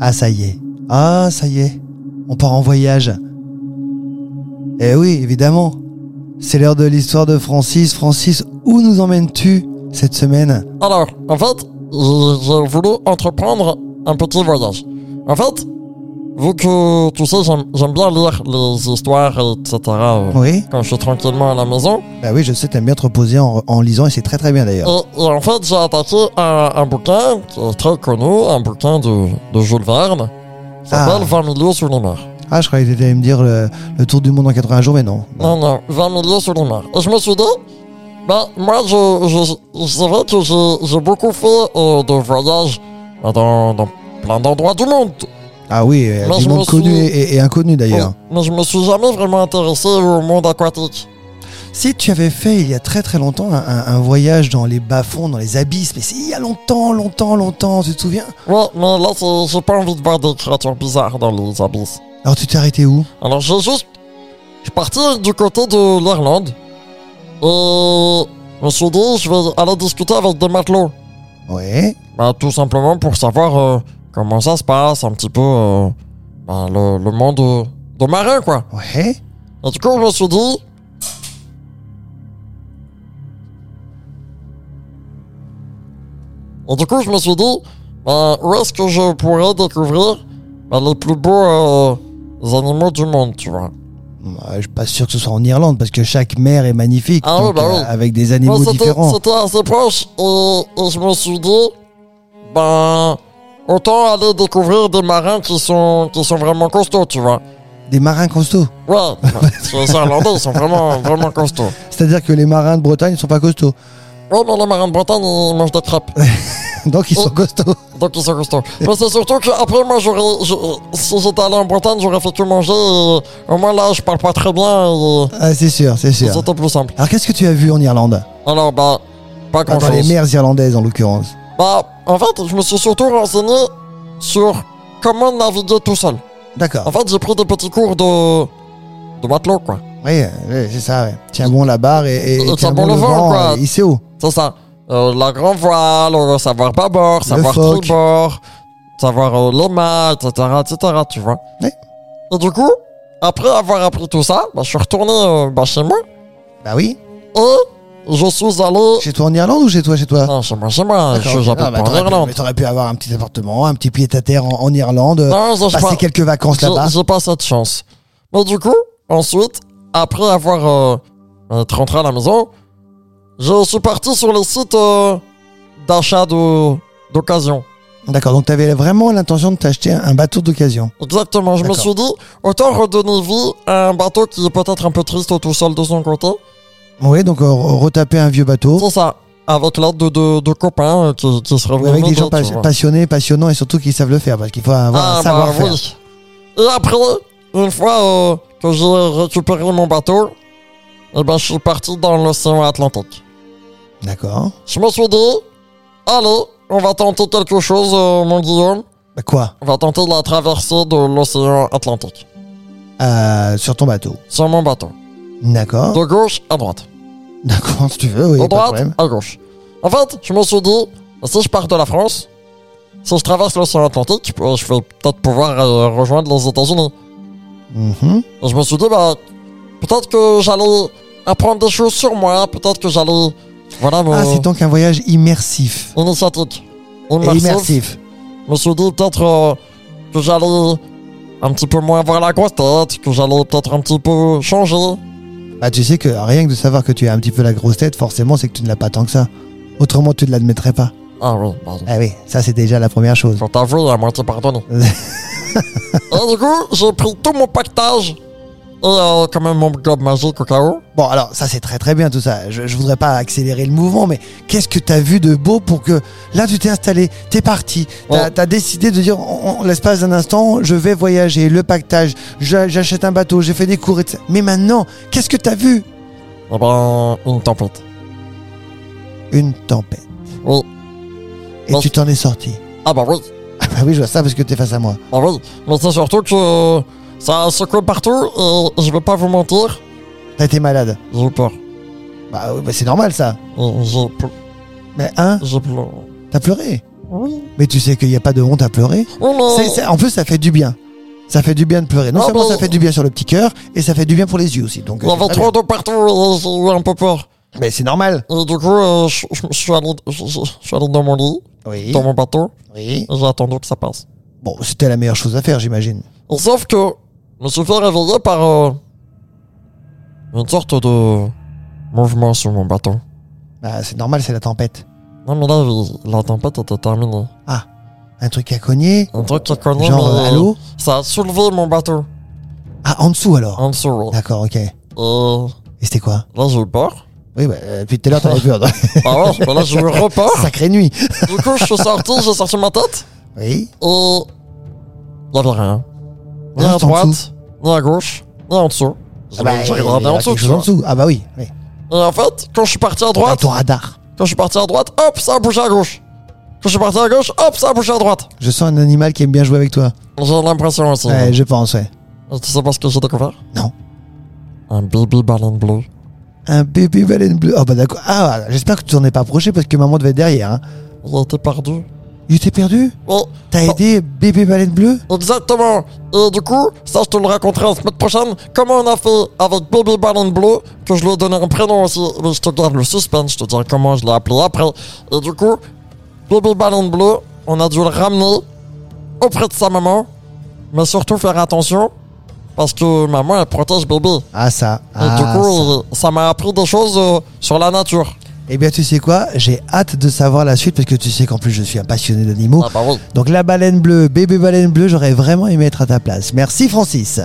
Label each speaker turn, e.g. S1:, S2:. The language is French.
S1: Ah ça y est. Ah ça y est. On part en voyage. Eh oui, évidemment. C'est l'heure de l'histoire de Francis. Francis, où nous emmènes-tu cette semaine
S2: Alors, en fait, j'ai voulu entreprendre un petit voyage. En fait, vu que, tu sais, j'aime j'aime bien lire les histoires, etc. euh,
S1: Oui.
S2: Quand je suis tranquillement à la maison.
S1: Bah oui, je sais, t'aimes bien te reposer en, en lisant et c'est très très bien d'ailleurs.
S2: Et, et en fait, j'ai attaqué un, un bouquin qui est très connu, un bouquin de, de Jules Verne, qui
S1: Ah.
S2: s'appelle 20 milieux sous les mers.
S1: Ah, je croyais que t'allais me dire le, le tour du monde en 80 jours, mais non.
S2: Non, non, 20 milieux sous les mers. Et je me suis dit, ben, moi, je, je, je- c'est vrai que j'ai, j'ai beaucoup fait euh, de voyages euh, dans, dans plein d'endroits du monde.
S1: Ah oui, euh,
S2: Moi,
S1: du
S2: je me
S1: monde connu
S2: suis-
S1: et, et hein. inconnu d'ailleurs.
S2: Mais je me suis jamais vraiment intéressé au monde aquatique.
S1: Si tu avais fait il y a très très longtemps un, un- un voyage dans les bas-fonds, dans les abysses, mais c'est il y a longtemps, longtemps, longtemps, tu te souviens
S2: Ouais, mais là, c'est- j'ai pas envie de voir des créatures bizarres dans les abysses.
S1: Alors tu t'es arrêté où
S2: Alors j'ai juste... Je suis parti du côté de l'Irlande. Et je me suis dit, je vais aller discuter avec des matelots.
S1: Ouais.
S2: Bah, tout simplement pour savoir euh, comment ça se passe, un petit peu euh, bah, le, le monde euh, de marin, quoi.
S1: Ouais.
S2: Et du coup, je me suis dit... Et du coup, je me suis dit, bah, où est-ce que je pourrais découvrir bah, les plus beaux euh, animaux du monde, tu vois
S1: Bah, Je suis pas sûr que ce soit en Irlande parce que chaque mer est magnifique,
S2: Ah oui,
S1: donc,
S2: bah
S1: euh,
S2: oui.
S1: avec des
S2: Ouais,
S1: animaux
S2: c'était-
S1: différents.
S2: C'était assez proche et, et je me suis dit, ben, autant aller découvrir des marins qui sont, qui sont vraiment costauds, tu vois.
S1: Des marins costauds.
S2: Ouais, les Irlandais, ils sont vraiment, vraiment costauds.
S1: C'est-à-dire que les marins de Bretagne ne sont pas costauds,
S2: Ouais, mais les marins de Bretagne, ils mangent des crêpes,
S1: donc ils
S2: Oh.
S1: sont costauds.
S2: donc ils sont costauds. Mais c'est surtout qu'après, moi, j'aurais, je- si j'étais allé en Bretagne, j'aurais fait que manger. et au moins, là, je parle pas très bien et,
S1: Ah, c'est sûr, c'est
S2: et
S1: sûr.
S2: c'était plus simple.
S1: Alors qu'est-ce que tu as vu en Irlande
S2: Alors, ben, pas
S1: Enfin,
S2: grand
S1: Dans les
S2: chose.
S1: mers irlandaises en l'occurrence.
S2: Bah, en fait, je me suis surtout renseigné sur comment naviguer tout seul. En
S1: D'accord.
S2: fait, j'ai pris des petits cours de. de matelot, quoi.
S1: Oui, oui, c'est ça. ouais. Tiens bon la barre et, et
S2: Euh,
S1: tiens
S2: tiens bon le vent, quoi.
S1: et ICO.
S2: C'est ça. Euh, la grande voile, euh, savoir bâbord, savoir
S1: foc.
S2: tribord, savoir euh, l'amas, etc., etc., tu vois.
S1: Oui.
S2: Et du coup, après avoir appris tout ça, bah, je suis retourné euh, bah, chez moi
S1: Bah oui.
S2: et je suis allé.
S1: Chez toi en Irlande ou chez toi chez toi
S2: Non, chez moi, chez moi, Ah, je
S1: D'accord.
S2: j'habite
S1: Ah, bah,
S2: pas en
S1: t'aurais pu-
S2: Irlande.
S1: mais T'aurais pu avoir un petit appartement, un petit pied-à-terre en, en Irlande, euh,
S2: Non, ça, Ah, je
S1: passer
S2: pas-
S1: quelques vacances
S2: J'ai-
S1: là-bas.
S2: J'ai pas cette chance. Mais du coup, ensuite, après avoir euh, être rentré à la maison, je suis parti sur le site euh, d'achat de- d'occasion.
S1: D'accord, donc t'avais vraiment l'intention de t'acheter un, un bateau d'occasion.
S2: Exactement, je me
S1: D'accord.
S2: suis dit, autant redonner vie à un bateau qui est peut-être un peu triste tout seul de son côté.
S1: Oui, donc euh, retaper un vieux bateau.
S2: C'est ça, avec l'aide de, de, de copains euh, qui, qui seraient
S1: Ou avec
S2: venus
S1: des gens
S2: d'autres,
S1: pas-
S2: tu vois.
S1: passionnés, passionnants et surtout qui savent le faire, parce qu'il faut avoir
S2: Ah,
S1: un
S2: bah
S1: savoir-faire.
S2: oui. Et après, une fois euh, que j'ai récupéré mon bateau, eh ben, je suis parti dans l'océan Atlantique.
S1: D'accord.
S2: Je me suis dit, allez, on va tenter quelque chose, euh, mon Guillaume.
S1: Bah quoi
S2: On va tenter la traversée de l'océan Atlantique.
S1: Euh, Sur ton bateau.
S2: Sur mon bateau.
S1: D'accord.
S2: De gauche à droite.
S1: D'accord, si tu veux, oui, Eh, pas
S2: de
S1: de
S2: droite
S1: problème.
S2: à gauche. En fait, je me suis dit, si je pars de la France, si je traverse l'océan Atlantique, euh, je vais peut-être pouvoir euh, rejoindre les États-Unis.
S1: Mhm.
S2: Et je me suis dit, bah, peut-être que j'allais apprendre des choses sur moi, peut-être que j'allais. Voilà, me.
S1: Ah, c'est donc un voyage immersif.
S2: initiatique.
S1: Et
S2: Immersif.
S1: immersif.
S2: Je me suis dit peut-être euh, que j'allais un petit peu moins voir la grosse tête, que j'allais peut-être un petit peu changer.
S1: Bah, tu sais que rien que de savoir que tu as un petit peu la grosse tête, forcément, c'est que tu ne l'as pas tant que ça. Autrement, tu ne l'admettrais pas.
S2: Ah oui, pardon.
S1: Ah oui, ça, c'est déjà la première chose.
S2: Faut t'avouer à moitié pardonné. et du coup, j'ai pris tout mon pactage et euh, quand même mon globe magique au cas où.
S1: Bon, alors, ça, c'est très très bien tout ça. Je, je voudrais pas accélérer le mouvement, mais qu'est-ce que tu as vu de beau pour que. Là, tu t'es installé, t'es parti, t'as
S2: Ouais.
S1: as décidé de dire, en en l'espace d'un instant, je vais voyager, le pactage, je- j'achète un bateau, j'ai fait des cours, etc. Mais maintenant, qu'est-ce que tu as vu
S2: Eh ben, une tempête.
S1: Une tempête.
S2: Oui.
S1: Et
S2: Bon.
S1: tu t'en es sorti.
S2: Ah bah oui,
S1: Ah, bah oui, je vois ça parce que t'es face à moi.
S2: ah oui. Mais c'est surtout que ça secoue partout et je vais pas vous mentir,
S1: T'as été malade.
S2: j'ai eu peur.
S1: Bah, ouais, bah, c'est normal ça.
S2: Et J'ai pl-
S1: Mais hein,
S2: j'ai pleuré.
S1: t'as pleuré
S2: Oui.
S1: Mais tu sais qu'il n'y a pas de honte à pleurer.
S2: Oui, mais-
S1: C'est- c'est- en plus, ça fait du bien. Ça fait du bien de pleurer. Non
S2: Oh. Ah
S1: seulement
S2: bon
S1: ça fait du bien sur le petit cœur, et ça fait du bien pour les yeux aussi. Donc,
S2: Il y
S1: c'est
S2: avait
S1: très
S2: trop d'eau partout et j'ai eu un peu peur.
S1: bien. Mais c'est normal.
S2: Et du coup, euh, je je- je suis allé je- je- je suis allé dans mon lit,
S1: Oui.
S2: dans mon bateau,
S1: oui.
S2: et j'ai attendu que ça passe.
S1: Bon, c'était la meilleure chose à faire, j'imagine.
S2: Et sauf que je me suis fait réveiller par euh, une sorte de mouvement sur mon bateau.
S1: Bah, c'est normal, c'est la tempête. Ah.
S2: Non mais là, il- la tempête était terminée.
S1: Un truc à cogner,
S2: Un truc qui connaît,
S1: genre
S2: mais,
S1: euh, à l'eau.
S2: ça a soulevé mon bateau
S1: Ah, en dessous alors.
S2: en dessous. ouais.
S1: D'accord, ok. Et
S2: Et
S1: c'était quoi
S2: Euh, là, j'ai eu peur.
S1: Oui, bah, euh, depuis tout à l'heure, t'avais peur. donc.
S2: Ah ouais, bah là, j'ai eu repeur.
S1: Sacrée nuit.
S2: Du coup, je suis sorti, j'ai sorti ma tête.
S1: Oui.
S2: Et. Il n'y avait rien. Ni
S1: Rien
S2: à
S1: en
S2: droite,
S1: dessous.
S2: ni à gauche, ni en dessous.
S1: Ah bah,
S2: J'ai
S1: il y
S2: regardé
S1: a
S2: en dessous,
S1: quelque
S2: tu
S1: chose en
S2: vois.
S1: dessous. Ah bah oui. oui.
S2: Et en fait, quand je suis parti à
S1: Avec
S2: droite,
S1: ton radar.
S2: quand je suis parti à droite, hop, ça a bougé à gauche. Quand je suis parti à gauche, hop, ça a bougé à droite.
S1: Je sens un animal qui aime bien jouer avec toi.
S2: J'ai l'impression aussi.
S1: Ouais, je pense, ouais.
S2: Et Tu sais pas ce que j'ai découvert
S1: Non.
S2: Un bébé baleine bleue.
S1: Un bébé baleine bleue. Ah bah d'accord. Ah, j'espère que tu t'en es pas approché parce que maman devait être derrière. hein.
S2: Il a été perdu.
S1: Il était perdu
S2: Oh,
S1: T'as
S2: Oh.
S1: aidé bébé baleine bleue
S2: Exactement. Et du coup, ça je te le raconterai la semaine prochaine. Comment on a fait avec Baby Ballon Bleu, que je lui ai donné un prénom aussi. Mais je te garde le suspense, je te dirai comment je l'ai appelé après. Et du coup, Baby Ballon Bleu, on a dû le ramener auprès de sa maman. Mais surtout faire attention, parce que maman elle protège bébé.
S1: Ah ça.
S2: Et
S1: Ah,
S2: du
S1: ça.
S2: coup, ça m'a appris des choses euh, sur la nature.
S1: Eh bien tu sais quoi J'ai hâte de savoir la suite parce que tu sais qu'en plus je suis un passionné d'animaux.
S2: Ah bah oui.
S1: Donc la baleine bleue, bébé baleine bleue, j'aurais vraiment aimé être à ta place. Merci Francis.